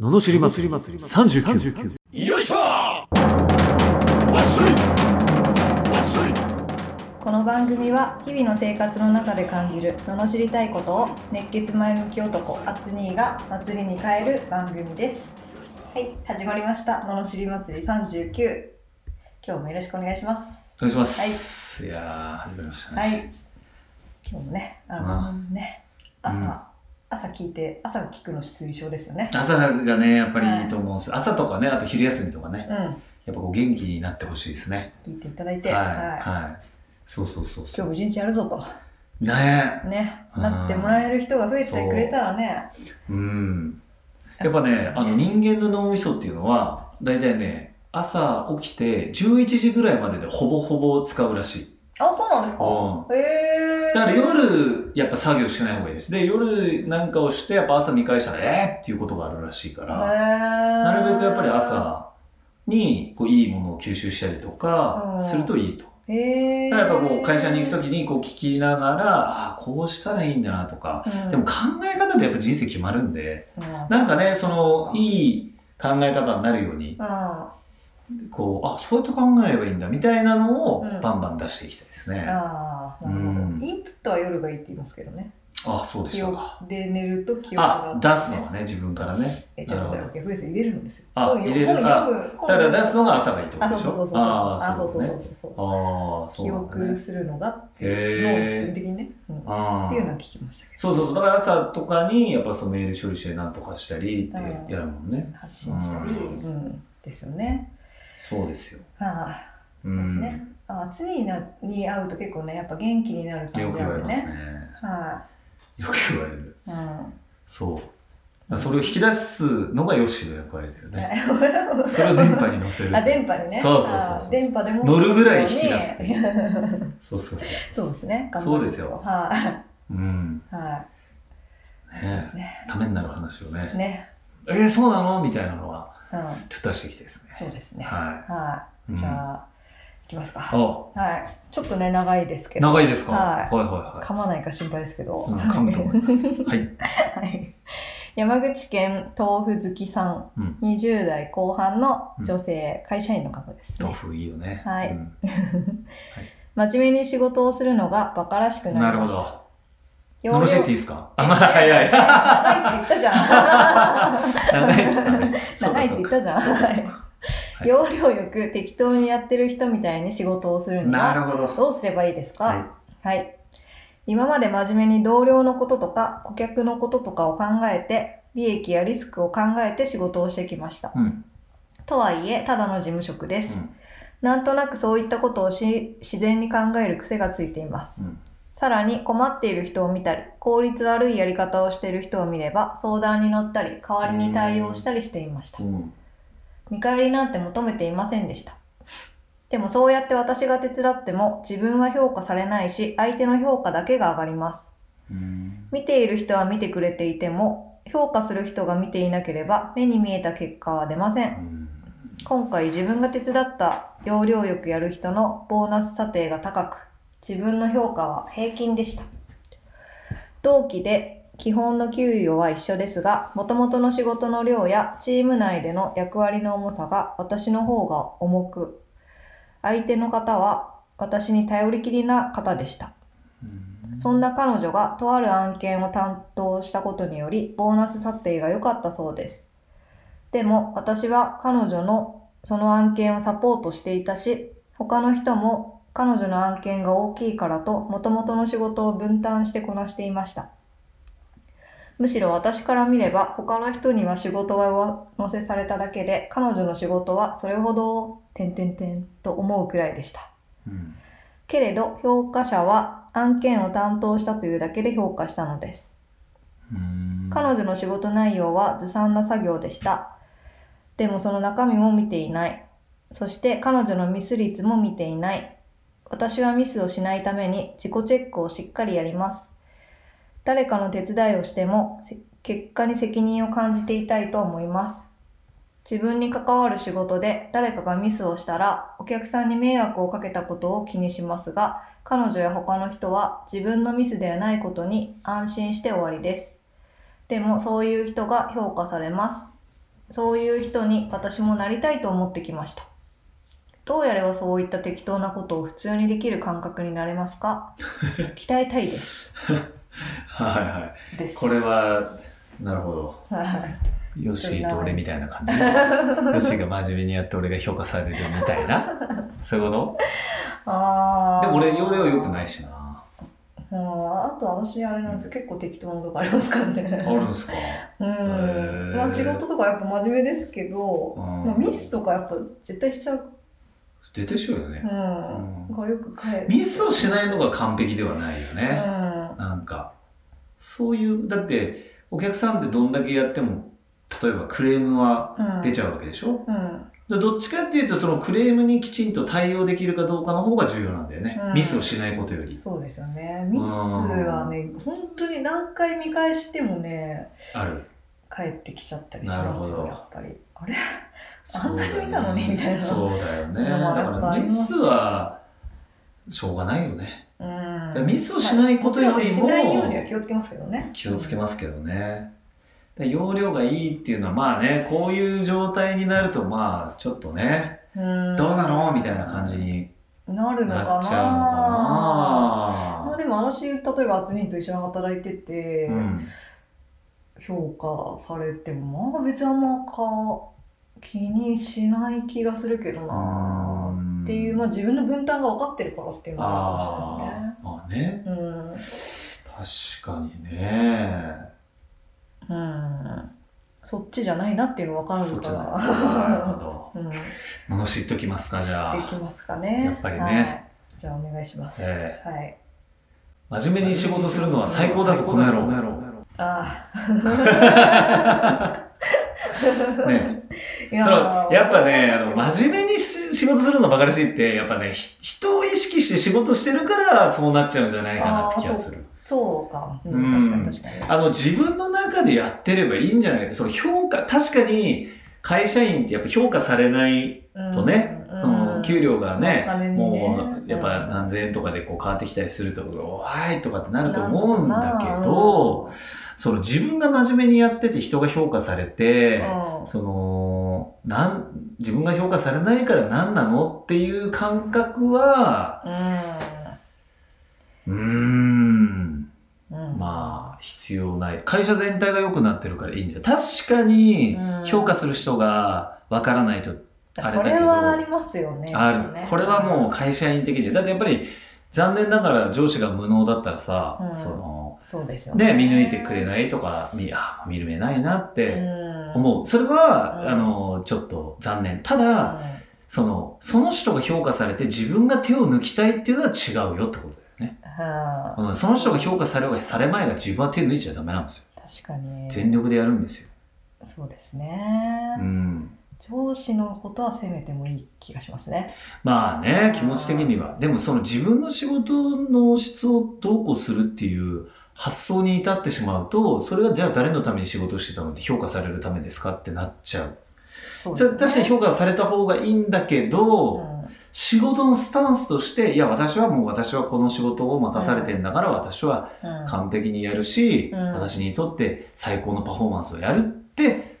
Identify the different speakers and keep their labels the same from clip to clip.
Speaker 1: ののしり祭り39
Speaker 2: よいしょわっしょいわっしょい
Speaker 3: この番組は日々の生活の中で感じる罵りたいことを熱血前向き男アツニーが祭りに変える番組ですはい始まりました罵り祭り39今日もよろしくお願いします
Speaker 4: お願いします。い、やー、始まりましたね。
Speaker 3: はい今日もねあの
Speaker 4: あ
Speaker 3: ね朝、朝聞いて朝聞くの推奨ですよね
Speaker 4: 朝がね、やっぱりいいと思うんです。朝とかね、あと昼休みとかね、
Speaker 3: うん
Speaker 4: やっぱこう元気になってほしいですね。
Speaker 3: 聞いていただい
Speaker 4: は
Speaker 3: て
Speaker 4: い。
Speaker 3: はい、
Speaker 4: はい。そうそうそう
Speaker 3: 今
Speaker 4: そ
Speaker 3: 日
Speaker 4: う
Speaker 3: も。一日やるぞと
Speaker 4: ね
Speaker 3: ね
Speaker 4: うん
Speaker 3: なってもらえる人が増えてくれたらね
Speaker 4: え。うん。やっぱね、あの人間の脳みそっていうのは、だいたいね、朝起きて11時ぐらいまででほぼほぼ使うらしい。
Speaker 3: あそうなんですか
Speaker 4: う
Speaker 3: へえ
Speaker 4: だから夜、やっぱ作業しない方がいいです。で、夜なんかをして、やっぱ朝見返したら、えーっていうことがあるらしいから。な
Speaker 3: な
Speaker 4: るべくやっぱり朝にこういいものを吸収したりとか
Speaker 3: うん
Speaker 4: するといいと。
Speaker 3: へー
Speaker 4: だからやっぱこう会社に行くときにこう聞きながら、ああ、こうしたらいいんだなとか、
Speaker 3: うん
Speaker 4: でも考え方でやっぱ人生決まるんで、
Speaker 3: うん
Speaker 4: なんかね、そのいい考え方になるように、
Speaker 3: あ
Speaker 4: こう、あそうやって考えればいいんだみたいなのを
Speaker 3: うん
Speaker 4: バンバン出していきたいです
Speaker 3: ー
Speaker 4: ね。
Speaker 3: あーなるほど
Speaker 4: うん
Speaker 3: インプットは夜がいいって言いますけどね
Speaker 4: ああ、そうでし
Speaker 3: 記
Speaker 4: た
Speaker 3: 憶
Speaker 4: か。
Speaker 3: で寝ると記憶
Speaker 4: あ
Speaker 3: が、
Speaker 4: 出すのはね、自分からね。
Speaker 3: えちょっと待ってフレーズ入れるんですよ
Speaker 4: あ
Speaker 3: 本
Speaker 4: 入れる
Speaker 3: 本読む
Speaker 4: だ
Speaker 3: 本
Speaker 4: から
Speaker 3: 読む
Speaker 4: 出すのが朝がいいってこ
Speaker 3: あ
Speaker 4: と
Speaker 3: そう
Speaker 4: でし
Speaker 3: そう
Speaker 4: ょ
Speaker 3: そうそうそうあ
Speaker 4: ああ
Speaker 3: そうそう
Speaker 4: ね
Speaker 3: そうそうそう
Speaker 4: ああ、そう
Speaker 3: 記
Speaker 4: なんだね
Speaker 3: 憶。するのがっていう脳の仕組み
Speaker 4: へえ。
Speaker 3: 的にねうんっ
Speaker 4: あ
Speaker 3: ていうのは
Speaker 4: ー
Speaker 3: 聞きましたけ
Speaker 4: そうそうそうだから朝とかにやっぱそのメール処理してなんとかしたりってやるもんね
Speaker 3: ど発信したり
Speaker 4: う
Speaker 3: うんですよね
Speaker 4: そうですよ
Speaker 3: あ
Speaker 4: う
Speaker 3: ーそうんですねあ常になに会うと結構ねやっぱ元気になる
Speaker 4: よ
Speaker 3: 感
Speaker 4: く
Speaker 3: じ
Speaker 4: 言
Speaker 3: ある
Speaker 4: われ
Speaker 3: よ
Speaker 4: ます
Speaker 3: ね
Speaker 4: ね
Speaker 3: は
Speaker 4: よく言われる
Speaker 3: いうん
Speaker 4: そうだからそれを引き出すのがヨッシーの役割だよ ね
Speaker 3: はい
Speaker 4: それを電波に乗せる
Speaker 3: あ電波にね
Speaker 4: そうそうそうそう
Speaker 3: あ電波でも
Speaker 4: 乗るぐらい引き出すってい
Speaker 3: ね
Speaker 4: そうそうそう
Speaker 3: そうですね頑
Speaker 4: そ
Speaker 3: 張
Speaker 4: う
Speaker 3: る
Speaker 4: ですよ
Speaker 3: はい
Speaker 4: うん
Speaker 3: はいそうで
Speaker 4: ね
Speaker 3: すね
Speaker 4: ためになる話をね
Speaker 3: ね
Speaker 4: えーそうなのみたいなのは
Speaker 3: うん
Speaker 4: ちょっと出してきてですね
Speaker 3: そうですね
Speaker 4: は
Speaker 3: はい
Speaker 4: い
Speaker 3: じ
Speaker 4: あ
Speaker 3: ゃあいきますか
Speaker 4: あ
Speaker 3: はいちょっとね長いですけど
Speaker 4: 長いですかは
Speaker 3: はい
Speaker 4: はいはい
Speaker 3: 噛まないか心配ですけど
Speaker 4: うん噛むと思いますはい
Speaker 3: はい山口県豆腐好きさん、
Speaker 4: うん
Speaker 3: 20代後半の女性、会社員の方ですね
Speaker 4: 豆腐いいよね
Speaker 3: はい
Speaker 4: うん
Speaker 3: 真面目に仕事をするのがバカらしくな
Speaker 4: な
Speaker 3: り
Speaker 4: る
Speaker 3: ま
Speaker 4: ほ
Speaker 3: した
Speaker 4: ど
Speaker 3: 要領
Speaker 4: 楽しいっていいですかあ、まだ早い。
Speaker 3: 長いって言ったじゃん
Speaker 4: 長いですかね。
Speaker 3: 長いって言ったじゃん
Speaker 4: そうかそう
Speaker 3: は
Speaker 4: かい
Speaker 3: 要領よく適当にやってる人みたいに仕事をするに
Speaker 4: なる
Speaker 3: は
Speaker 4: ほど。
Speaker 3: どうすればいいですか
Speaker 4: は
Speaker 3: はい、今まで真面目に同僚のこととか顧客のこととかを考えて利益やリスクを考えて仕事をしてきました
Speaker 4: うん。
Speaker 3: とはいえただの事務職です、
Speaker 4: うん
Speaker 3: なんとなくそういったことをし自然に考える癖がついています、
Speaker 4: うん
Speaker 3: さらに困っている人を見たり効率悪いやり方をしている人を見れば相談に乗ったり代わりに対応したりしていました
Speaker 4: うん。
Speaker 3: 見返りなんて求めていませんでしたでもそうやって私が手伝っても自分は評価されないし相手の評価だけが上がります
Speaker 4: うん。
Speaker 3: 見ている人は見てくれていても評価する人が見ていなければ目に見えた結果は出ません今回自分が手伝った要領よくやる人のボーナス査定が高く自分の評価は平均でした同期で基本の給与は一緒ですが元々の仕事の量やチーム内での役割の重さが私の方が重く相手の方は私に頼りきりな方でしたそんな彼女がとある案件を担当したことによりボーナス査定が良かったそうです。でも私は彼女のその案件をサポートしていたし、他の人も彼女の案件が大きいからと元々の仕事を分担してこなしていました。むしろ私から見れば他の人には仕事が上乗せされただけで彼女の仕事はそれほど点々点と思うくらいでした。
Speaker 4: うん。
Speaker 3: けれど評価者は案件を担当したというだけで評価したのです。
Speaker 4: うん
Speaker 3: 彼女の仕事内容はずさんな作業でした。でもその中身も見ていない。そして彼女のミス率も見ていない。私はミスをしないために自己チェックをしっかりやります。誰かの手伝いをしてもせ結果に責任を感じていたいと思います。自分に関わる仕事で誰かがミスをしたらお客さんに迷惑をかけたことを気にしますが彼女や他の人は自分のミスではないことに安心して終わりです。でもそういう人が評価されます。そういう人に私もなりたいと思ってきました。どうやればそういった適当なことを普通にできる感覚になれます か鍛えたいです。
Speaker 4: はいは
Speaker 3: で
Speaker 4: い。
Speaker 3: す。
Speaker 4: これは、なるほど。
Speaker 3: はい。
Speaker 4: ヨッシーと俺みたいな感じ。ヨッシーが真面目にやって俺が評価されるみたいな。そういうこ
Speaker 3: あ
Speaker 4: と
Speaker 3: あ。
Speaker 4: でも俺、容量良く
Speaker 3: い。
Speaker 4: ないしな。
Speaker 3: あと私あれなんですよ。結構適当なとこありますから
Speaker 4: あ
Speaker 3: ね。
Speaker 4: るんですか
Speaker 3: う
Speaker 4: ー
Speaker 3: ん。まあ仕事とかやっぱ真面目ですけど、
Speaker 4: うん
Speaker 3: まあ、ミスとかやっぱ絶対しちゃう。
Speaker 4: 出てしようよ
Speaker 3: う
Speaker 4: ね。
Speaker 3: ん。
Speaker 4: うん
Speaker 3: がよく返る。
Speaker 4: ミスをしないのが完璧ではないよ
Speaker 3: う
Speaker 4: ね。
Speaker 3: ん。
Speaker 4: なんか、そういう、だって、お客さんってどんだけやっても、例えばクレームは
Speaker 3: うん。
Speaker 4: 出ちゃうわけでしょ、
Speaker 3: うん。
Speaker 4: でどっちかっていうと、そのクレームにきちんと対応できるかどうかの方が重要なんだよね。
Speaker 3: うん
Speaker 4: ミスをしないことより。
Speaker 3: そうですよね。ミスはね、本当に何回見返してもね、
Speaker 4: ある。
Speaker 3: 帰ってきちゃったりします
Speaker 4: なるほ
Speaker 3: よ、
Speaker 4: ど
Speaker 3: やっぱり。あれあんなに見たのにみたいな
Speaker 4: そうだよね。だ
Speaker 3: のもやっぱ
Speaker 4: か
Speaker 3: あ
Speaker 4: ら
Speaker 3: り
Speaker 4: ミ
Speaker 3: ます
Speaker 4: スは、しょうがないよね。だか
Speaker 3: う
Speaker 4: ら
Speaker 3: ん。
Speaker 4: ミスをしないことよりも
Speaker 3: まあちろんねしないようには気をつけますけどね。
Speaker 4: 気をつけますけどね。で容量がいいっていうのはまあねこういう状態になるとまあちょっとね
Speaker 3: す。うん。
Speaker 4: どうなのみたいな感じに
Speaker 3: なるの
Speaker 4: な
Speaker 3: か
Speaker 4: っち
Speaker 3: な
Speaker 4: ゃう
Speaker 3: まあ
Speaker 4: のか
Speaker 3: でも私、例えばアツリート一緒に働いてて、
Speaker 4: な。うん、
Speaker 3: 評価されても、まあ別にあんまか気にしない気がするけどな。っていう、まあ自分の分担が分かってるからっていうのがあるかもしれないですね
Speaker 4: あ。ーまあね
Speaker 3: うん
Speaker 4: 確かにね
Speaker 3: うんそっちじゃないなっていうの分かる
Speaker 4: そっち
Speaker 3: か
Speaker 4: だね
Speaker 3: ら。
Speaker 4: なるほど
Speaker 3: うん、で
Speaker 4: 物知っときますかじゃ
Speaker 3: き
Speaker 4: あ
Speaker 3: ますかね。
Speaker 4: やっぱりね
Speaker 3: はい。じゃあお願いします。
Speaker 4: え
Speaker 3: はい。
Speaker 4: 真面目に仕事するのは最高だぞこの野郎
Speaker 3: あ あ。
Speaker 4: ね
Speaker 3: い
Speaker 4: そのやっぱね、あの、
Speaker 3: ジ
Speaker 4: 真面目にし仕事するのばかりしいって、やっぱね、ひ人を意識して仕事してるから、そうなっちゃうんじゃないかなって気がする。
Speaker 3: そうか。う
Speaker 4: うん
Speaker 3: ん、確かに確かに。
Speaker 4: あの、自分の中でやってればいいんじゃないかって、その評価、確かに、会社員ってやっぱ評価されない
Speaker 3: うん
Speaker 4: とね、その、給料がね、
Speaker 3: お金にね
Speaker 4: もう、やっぱ
Speaker 3: うん
Speaker 4: 何千円とかでこう変わってきたりすると、おーいとかってなると思うんだけど、、その自分が真面目にやってて人が評価されて、
Speaker 3: うん
Speaker 4: そのなん自分が評価されないから何なのっていう感覚はうーん
Speaker 3: うんうん、
Speaker 4: まあ必要ない会社全体が良くなってるからいいんじゃない確かに
Speaker 3: うん
Speaker 4: 評価する人がわからないとあれだ
Speaker 3: そ
Speaker 4: けど
Speaker 3: れはありますよね。
Speaker 4: あ
Speaker 3: きっとね
Speaker 4: るこれはもう会社員的にだってやっぱり残念ながら上司が無能だったらさ、
Speaker 3: うん
Speaker 4: その
Speaker 3: そうですよね。
Speaker 4: ね見抜いてくれないとか見あ見る目ないなって
Speaker 3: 思
Speaker 4: 思うそれは、
Speaker 3: うん
Speaker 4: あのちょっと残念ただ、その、その人が評価されて自分が手を抜きたいっていうのは違うよってことだよね。
Speaker 3: はあ、
Speaker 4: うん、その人が評価されようがされまいが自分は手抜いちゃダメなんですよ。
Speaker 3: 確かに
Speaker 4: 全力でやるんですよ。
Speaker 3: そうですね、
Speaker 4: うん。
Speaker 3: 上司のことは責めてもいい気がしますね
Speaker 4: まあね、気持ち的には。でもその自分の仕事の質をどうこうするっていう発想に至ってしまうと、それはじゃあ誰のために仕事をしてたのって評価されるためですかってなっちゃう。
Speaker 3: そうです
Speaker 4: た
Speaker 3: ね
Speaker 4: 確かに評価された方がいいんだけど、
Speaker 3: うん
Speaker 4: 仕事のスタンスとして、いや私はもう私はこの仕事を任されてんだから私は
Speaker 3: うん
Speaker 4: 完璧にやるし、
Speaker 3: うん
Speaker 4: 私にとって最高のパフォーマンスをやるって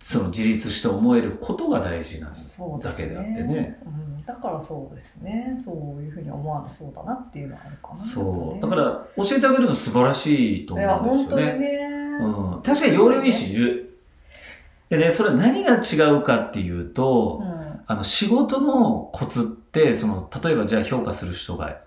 Speaker 4: その自立して思えることが大事なんです
Speaker 3: そうですね
Speaker 4: だけであってね
Speaker 3: うん、だからそうですねそういうふうに思わなそうだなっていうのはあるかな
Speaker 4: そう
Speaker 3: やっ
Speaker 4: だ
Speaker 3: ぱ
Speaker 4: か
Speaker 3: ね
Speaker 4: ら教えてあげるの素晴らしいと
Speaker 3: いや
Speaker 4: 思うん
Speaker 3: 本
Speaker 4: です
Speaker 3: 当
Speaker 4: よ
Speaker 3: に
Speaker 4: ね、
Speaker 3: ね、
Speaker 4: うん、確かに要領いいし言うでねそれは何が違うかっていうと、
Speaker 3: うん
Speaker 4: あの仕事のコツってその例えばじゃあ評価する人が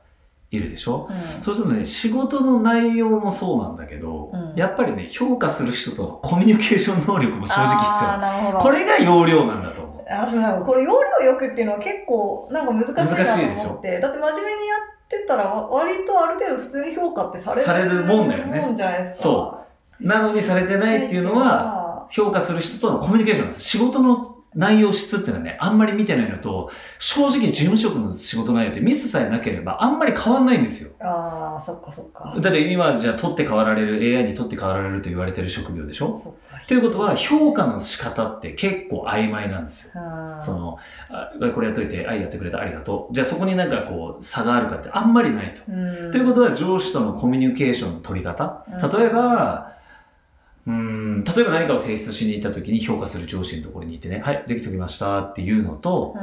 Speaker 4: いるでしょ、そうするとね、仕事の内容もそうなんだけど、
Speaker 3: うん
Speaker 4: やっぱりね、評価する人とのコミュニケーション能力も正直
Speaker 3: あー
Speaker 4: 必
Speaker 3: なるほ
Speaker 4: 要。
Speaker 3: ど
Speaker 4: これが要領なんだと思
Speaker 3: 私もなんかこれ容量よくっていうのは結構なんか難しい
Speaker 4: 難しい
Speaker 3: な
Speaker 4: でし
Speaker 3: と
Speaker 4: ょ
Speaker 3: 思ってだって真面目にやってたら割とある程度普通に評価ってされる
Speaker 4: されるもんだよね
Speaker 3: もんじゃないですか
Speaker 4: そう。なのにされてないっていうのは、評価する人とのコミュニケーションなんです。仕事の内容質っていうのはね、あんまり見てないのと、正直事務職の仕事内容ってミスさえなければあんまり変わんないんですよ。
Speaker 3: ああそっかそっか
Speaker 4: だって今じゃあ取って代わられる、AI に取って代わられると言われてる職業でしょ
Speaker 3: そっか
Speaker 4: ということは、評価の仕方って結構曖昧なんですよ。
Speaker 3: あー
Speaker 4: そのあこれやっといて、あやってくれた、ありがとう。じゃあそこになんかこう差があるかってあんまりないと。
Speaker 3: うん
Speaker 4: ということは上司とのコミュニケーションの取り方。
Speaker 3: うん
Speaker 4: 例えば、うーん、うん、例えば何かを提出しに行った時に評価する上司のところに行ってね、はい、できてきましたっていうのと、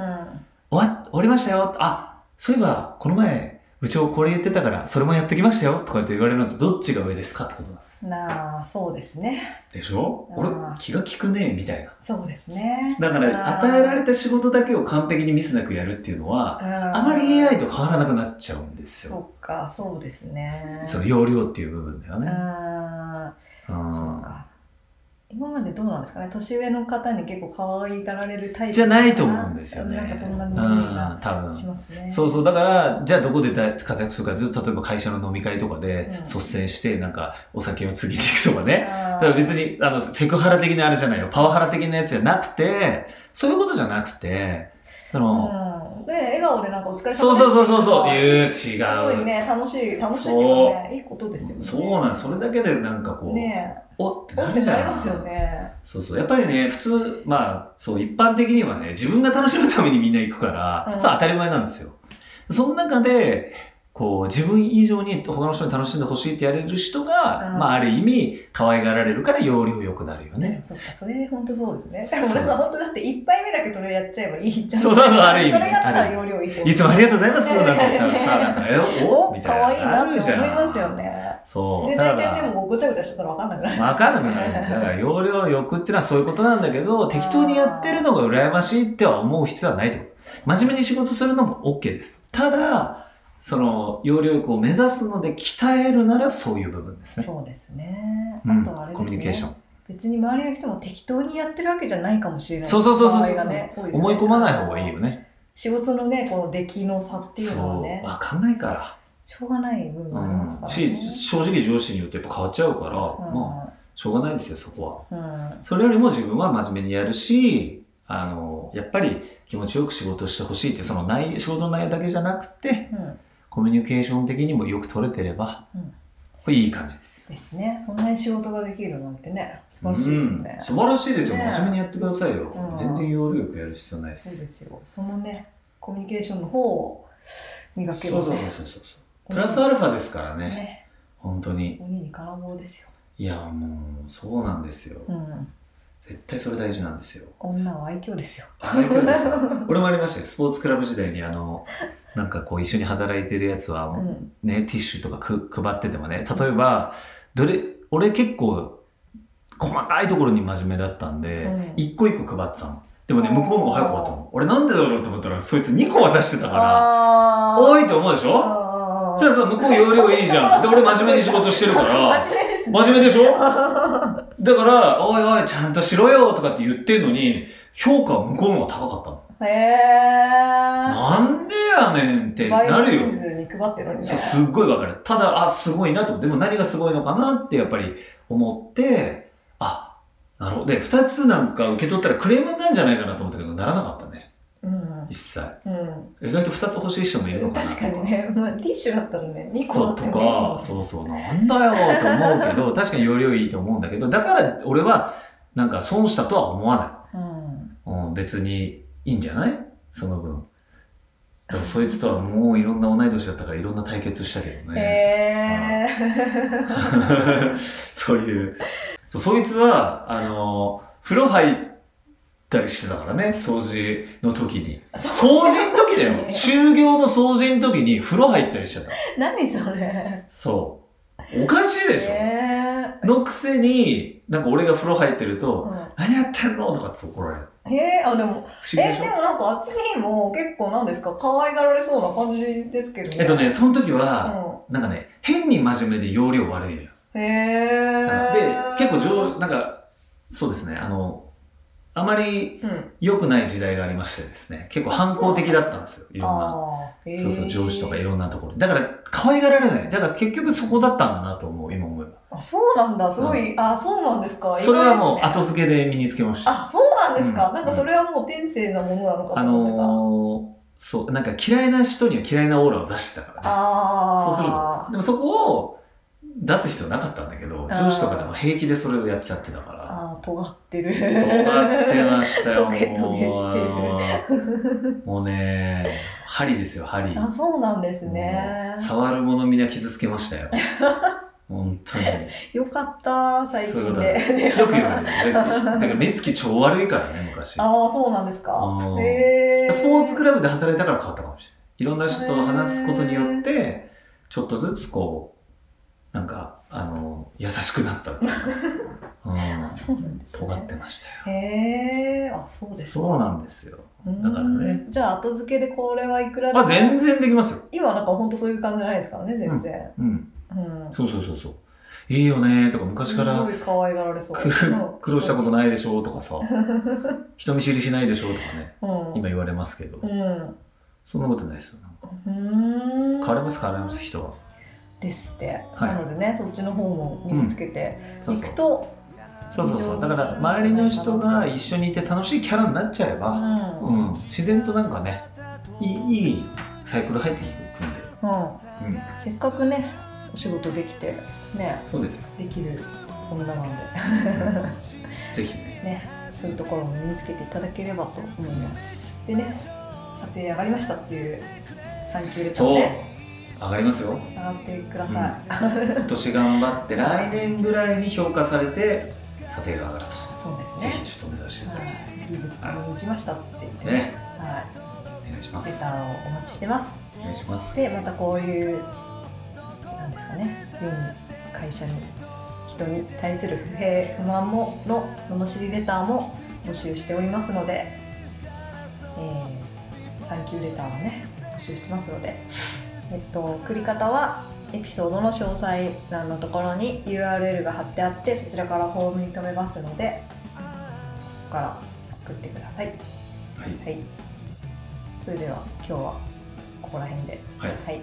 Speaker 4: 終わ終わりましたよ、あ、そういえばこの前部長これ言ってたからそれもやってきましたよとかって言われるのとどっちが上ですかってことなんです。
Speaker 3: うん。なあ、そうですね。
Speaker 4: でしょ
Speaker 3: あ
Speaker 4: 俺
Speaker 3: ー
Speaker 4: 気が利くねみたいな。
Speaker 3: そうですね。
Speaker 4: だから
Speaker 3: あー
Speaker 4: 与えられた仕事だけを完璧にミスなくやるっていうのは、あ
Speaker 3: あ
Speaker 4: まり AI と変わらなくなっちゃうんですよ。
Speaker 3: そっか、そうですね。
Speaker 4: その容量っていう部分だよ
Speaker 3: うん。
Speaker 4: ね。うん
Speaker 3: そうか。今までどうなんですかね年上の方に結構可愛がられるタイプ
Speaker 4: じゃないと思うんですよね。
Speaker 3: なんかそんな
Speaker 4: う
Speaker 3: に
Speaker 4: ん、
Speaker 3: イメー
Speaker 4: 多
Speaker 3: ジが
Speaker 4: 分
Speaker 3: し。ますね。
Speaker 4: そうそう、だから、じゃあどこで大活躍するか、例えば会社の飲み会とかで
Speaker 3: うん
Speaker 4: 率先して、なんかお酒を継ぎていくとかね。
Speaker 3: あー
Speaker 4: だから別に、あの、セクハラ的なあれじゃないよ。パワハラ的なやつじゃなくて、そういうことじゃなくて、その、
Speaker 3: うん。で、笑顔でなんかお疲れ様です
Speaker 4: そうそうそうそうそう、
Speaker 3: って
Speaker 4: いう、違う。
Speaker 3: すごいね、楽しい、楽しいっていうかね、いいことですよね。
Speaker 4: そうなんそれだけでなんかこう、
Speaker 3: ね
Speaker 4: おって
Speaker 3: え、お
Speaker 4: な
Speaker 3: っ
Speaker 4: る
Speaker 3: て
Speaker 4: じ
Speaker 3: な
Speaker 4: ゃ
Speaker 3: り
Speaker 4: ん。
Speaker 3: ますよね。
Speaker 4: そうそう。やっぱりね、普通、まあ、そう、一般的にはね、自分が楽しむためにみんな行くから、
Speaker 3: うん
Speaker 4: それは当たり前なんですよ。その中で、こう、自分以上に他の人に楽しんでほしいってやれる人が、
Speaker 3: うん
Speaker 4: まあ、ある意味、可愛がられるから容量良くなるよね。
Speaker 3: そっか、それ本当そうですね。でもなんか本当だって一杯目だけそれやっちゃえばいいじゃん。
Speaker 4: そうそうそうある意味
Speaker 3: それがただ容量いいってこと
Speaker 4: いつもありがとうございます、なんて言ったらさ、なんか、え、お
Speaker 3: お、
Speaker 4: みた
Speaker 3: 可愛
Speaker 4: い
Speaker 3: い
Speaker 4: な。
Speaker 3: なって思いますよ
Speaker 4: あるじゃん。
Speaker 3: ね。
Speaker 4: そう。
Speaker 3: で、
Speaker 4: だか
Speaker 3: 大
Speaker 4: ら
Speaker 3: 体でもごちゃごちゃしてたら分かんなくなる。
Speaker 4: わかんなくなる。だから、容量欲っていうのはそういうことなんだけど、適当にやってるのが羨ましいっては思う必要はないと。真面目に仕事するのも OK です。ただ、その、容量欲を目指すので鍛えるならそういう部分です ね。
Speaker 3: そうですね。
Speaker 4: うん
Speaker 3: あとはあれですね。
Speaker 4: コミュニケーション。
Speaker 3: 別に周りの人も適当にやってるわけじゃないかもしれない。
Speaker 4: そうそうそうそう
Speaker 3: 場合がね、多ですね
Speaker 4: 思い込まない方がいいよ。ね。
Speaker 3: 仕事のね、この出来の差っていうのは
Speaker 4: そ
Speaker 3: ね
Speaker 4: う。、わかんないから。
Speaker 3: しょうがない部分
Speaker 4: う
Speaker 3: もありますか
Speaker 4: ん。
Speaker 3: ら
Speaker 4: し
Speaker 3: ね。、
Speaker 4: 正直上司によってやっぱ変わっちゃうか
Speaker 3: う
Speaker 4: ら、
Speaker 3: ん
Speaker 4: まあ、しょうがないですよ、そこは。
Speaker 3: うん
Speaker 4: それよりも自分は真面目にやるし、あの、やっぱり気持ちよく仕事をしてほしいっていう、その内仕事の内容だけじゃなくて、
Speaker 3: うん
Speaker 4: コミュニケーション的にもよく取れてれば、
Speaker 3: うん
Speaker 4: これいい感じです。
Speaker 3: ですね。そんなに仕事ができるなんてね、素晴らしいですよね
Speaker 4: うん。素晴らしいですよ。
Speaker 3: ね
Speaker 4: 真面目にやってくださいよ。
Speaker 3: うん
Speaker 4: 全然要領よくやる必要ないで
Speaker 3: そう
Speaker 4: す。
Speaker 3: ですよ。そのね、コミュニケーションの方を磨ける
Speaker 4: そうそうそうそうそう。プラスアルファですからね。
Speaker 3: ね。
Speaker 4: 本当に。
Speaker 3: 鬼に金棒ですよ。
Speaker 4: いや、もう、そうなんですよ。
Speaker 3: うん。
Speaker 4: 絶対それ大事なんですよ。
Speaker 3: 女は愛嬌ですよ。
Speaker 4: 最 高ですよ俺もありましたよ。スポーツクラブ時代に、あの、なんかこう、一緒に働いてるやつは、
Speaker 3: うん。
Speaker 4: ね、ティッシュとかく配っててもね、例えば、どれ、俺結構、細かいところに真面目だったんで、
Speaker 3: うん
Speaker 4: 一個一個配ってたの。でもね、
Speaker 3: うん
Speaker 4: 向こうも早く終わったの。俺なんでだろうと思ったら、そいつ2個渡してたから、
Speaker 3: あー
Speaker 4: 多いと思うでしょ
Speaker 3: あー
Speaker 4: じゃあさ、向こう容量いいじゃん。で、俺真面目に仕事してる から、
Speaker 3: 真面目ですね
Speaker 4: 真面目で しょだから、おいおい、ちゃんとしろよとかって言ってんのに、評価は向こうの方が高かったの。
Speaker 3: へ
Speaker 4: なんでやねんって
Speaker 3: え
Speaker 4: なるよ。
Speaker 3: 人数に配ってるのに
Speaker 4: そ
Speaker 3: ね
Speaker 4: うすっごいわかる。ただ、あ、すごいなと。でも何がすごいのかなってやっぱり思って、あ、なるほど。で、二つなんか受け取ったらクレームなんじゃないかなと思ったけど、ならなかったね。
Speaker 3: うん
Speaker 4: 一切。
Speaker 3: うん
Speaker 4: 意外と二つ欲しい人もいるのかなと
Speaker 3: 確かに。ね、まあ、ティッシュだったらね2個
Speaker 4: そ
Speaker 3: だ
Speaker 4: う
Speaker 3: っ
Speaker 4: と
Speaker 3: たらね
Speaker 4: か、そうそう、なんだよと思うけど、確かに容量いいと思うんだけど、だから俺は、なんか損したとは思わ
Speaker 3: うん
Speaker 4: ない。うん、別にいいんじゃないその分。だからそいつとはもういろんな同い年だったからいろんな対決したけどね。
Speaker 3: へえ
Speaker 4: そういう。そうそいつは、あの、風呂入ったりしてたからね、掃除の時に。掃除の時だよ。就業の掃除の時に風呂入ったりしてた。
Speaker 3: 何それ
Speaker 4: そう。おかしいでしょ、
Speaker 3: へ
Speaker 4: のくせに、なんか俺が風呂入ってる
Speaker 3: ー
Speaker 4: と、
Speaker 3: う
Speaker 4: 何やってんのとかって怒られる。
Speaker 3: んへえあでも
Speaker 4: 不思議で
Speaker 3: え
Speaker 4: し
Speaker 3: で
Speaker 4: ょ
Speaker 3: もなんかあっちにも結構なんですか可愛がられそうな感じですけどね
Speaker 4: えっとね、その時
Speaker 3: う
Speaker 4: は、
Speaker 3: ん
Speaker 4: なんかね、変に真面目で容量悪いのよ
Speaker 3: へ
Speaker 4: で
Speaker 3: え、
Speaker 4: 結構上、なんか、そうですね、あの、あまり
Speaker 3: うん
Speaker 4: 良くない時代がありましてですね、結構反抗的だったんですよ、いろんな。
Speaker 3: あーへー
Speaker 4: そうそう、上司とかいろんなところ。だから、可愛がられない。だから結局そこだったんだなと思う、今思えば。
Speaker 3: あそうなんだすごい、あそうなんですか
Speaker 4: それはも
Speaker 3: 意外ですね
Speaker 4: う後付けで身につけました。
Speaker 3: あそうなんですか、
Speaker 4: うん
Speaker 3: なんかそれはもう天性のものなのかと
Speaker 4: あ
Speaker 3: 思ってた、
Speaker 4: のー、そう、なんか嫌いな人には嫌いなオーラを出してたからね。
Speaker 3: あ
Speaker 4: そ
Speaker 3: あ
Speaker 4: うすると。でもそこを出す必要なかったんだけど、
Speaker 3: あー
Speaker 4: 上司とかでも平気でそれをやっちゃってたから。
Speaker 3: ああ尖ってる
Speaker 4: 尖っ てましたよ、もう。
Speaker 3: トゲトゲしてる
Speaker 4: あのーもうね、針ですよ、針。
Speaker 3: あそうなんですね
Speaker 4: もう触るものみんな傷つけましたよ。本当に。
Speaker 3: よかった、最
Speaker 4: そう
Speaker 3: 近
Speaker 4: だ
Speaker 3: で。
Speaker 4: ねよく言われる。だから目つき超悪いからね、昔。
Speaker 3: ああ、そうなんですか
Speaker 4: あー。
Speaker 3: へえ。
Speaker 4: スポーツクラブで働いたから変わったかもしれない。いろんな人と話すことによって、ちょっとずつこう、なんか、あの、優しくなったっていうか。うん
Speaker 3: あ そうなんです
Speaker 4: 尖っ
Speaker 3: ね。
Speaker 4: てましたよ。
Speaker 3: へえ、あ、そうですか。
Speaker 4: そうなんですよ。だからね
Speaker 3: うん。じゃあ、後付けでこれはいくらで
Speaker 4: あ、
Speaker 3: も。
Speaker 4: 全然できますよ。
Speaker 3: 今なんか本当そういう感じじゃないですからね、全然。
Speaker 4: うん。
Speaker 3: うん。
Speaker 4: そうそうそうそう。いいよねとか、昔か
Speaker 3: す
Speaker 4: ら
Speaker 3: ごい可愛がられそう
Speaker 4: く。苦労したこと
Speaker 3: な
Speaker 4: ないでしょうとかさ、 人見知りしないでしょうとかね、
Speaker 3: い。
Speaker 4: 今言われますけど
Speaker 3: う、ん。
Speaker 4: そんなことないですよ。なんか
Speaker 3: うん。
Speaker 4: 変わります変わります、人は。
Speaker 3: ですって。
Speaker 4: は
Speaker 3: な
Speaker 4: い
Speaker 3: のでね、そっちの方も身につけて
Speaker 4: そう
Speaker 3: い
Speaker 4: そう
Speaker 3: く。と、
Speaker 4: そうそうそう。だから、周りの人が一緒にいて楽しいキャラになっちゃえ
Speaker 3: う
Speaker 4: ば、
Speaker 3: ん。
Speaker 4: う
Speaker 3: うん。
Speaker 4: ん、自然となんかね、いいいいサイクル入ってきてくんで、うん、
Speaker 3: せっかくね、お仕事できて、ね、
Speaker 4: そうですよ。
Speaker 3: できる女なので。
Speaker 4: ぜひね。
Speaker 3: ね、そういうところも身につけていただければと思います。でね、査定上がりましたっていう産休レター
Speaker 4: そう
Speaker 3: で、
Speaker 4: 上がりますよ。
Speaker 3: 上がってください。
Speaker 4: 今年頑張って、来年ぐらいに評価されて、査定が上がると。
Speaker 3: そうです
Speaker 4: ぜ
Speaker 3: ね
Speaker 4: ひ。ちょっとお願いしていただきた
Speaker 3: はい、いい物件に行きましたって言って
Speaker 4: い。ね、
Speaker 3: は
Speaker 4: お願いしま
Speaker 3: い、レ
Speaker 4: す
Speaker 3: タ。ーをお待ちしてます。
Speaker 4: お願いします。
Speaker 3: で、またこういうなんですかね、世に会社に人に対する不平不満もの罵りレターも募集しておりますので、えー、サンキューレターもね募集してますので、えっと送り方はエピソードの詳細欄のところに URL が貼ってあってそちらからフォームに留めますので、そこから送ってください。
Speaker 4: はい、
Speaker 3: はい。それでは今日はここら辺で。
Speaker 4: はい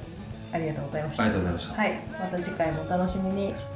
Speaker 3: ありがとうございました。
Speaker 4: ありがとうございました。
Speaker 3: はい、また次回もお楽しみに。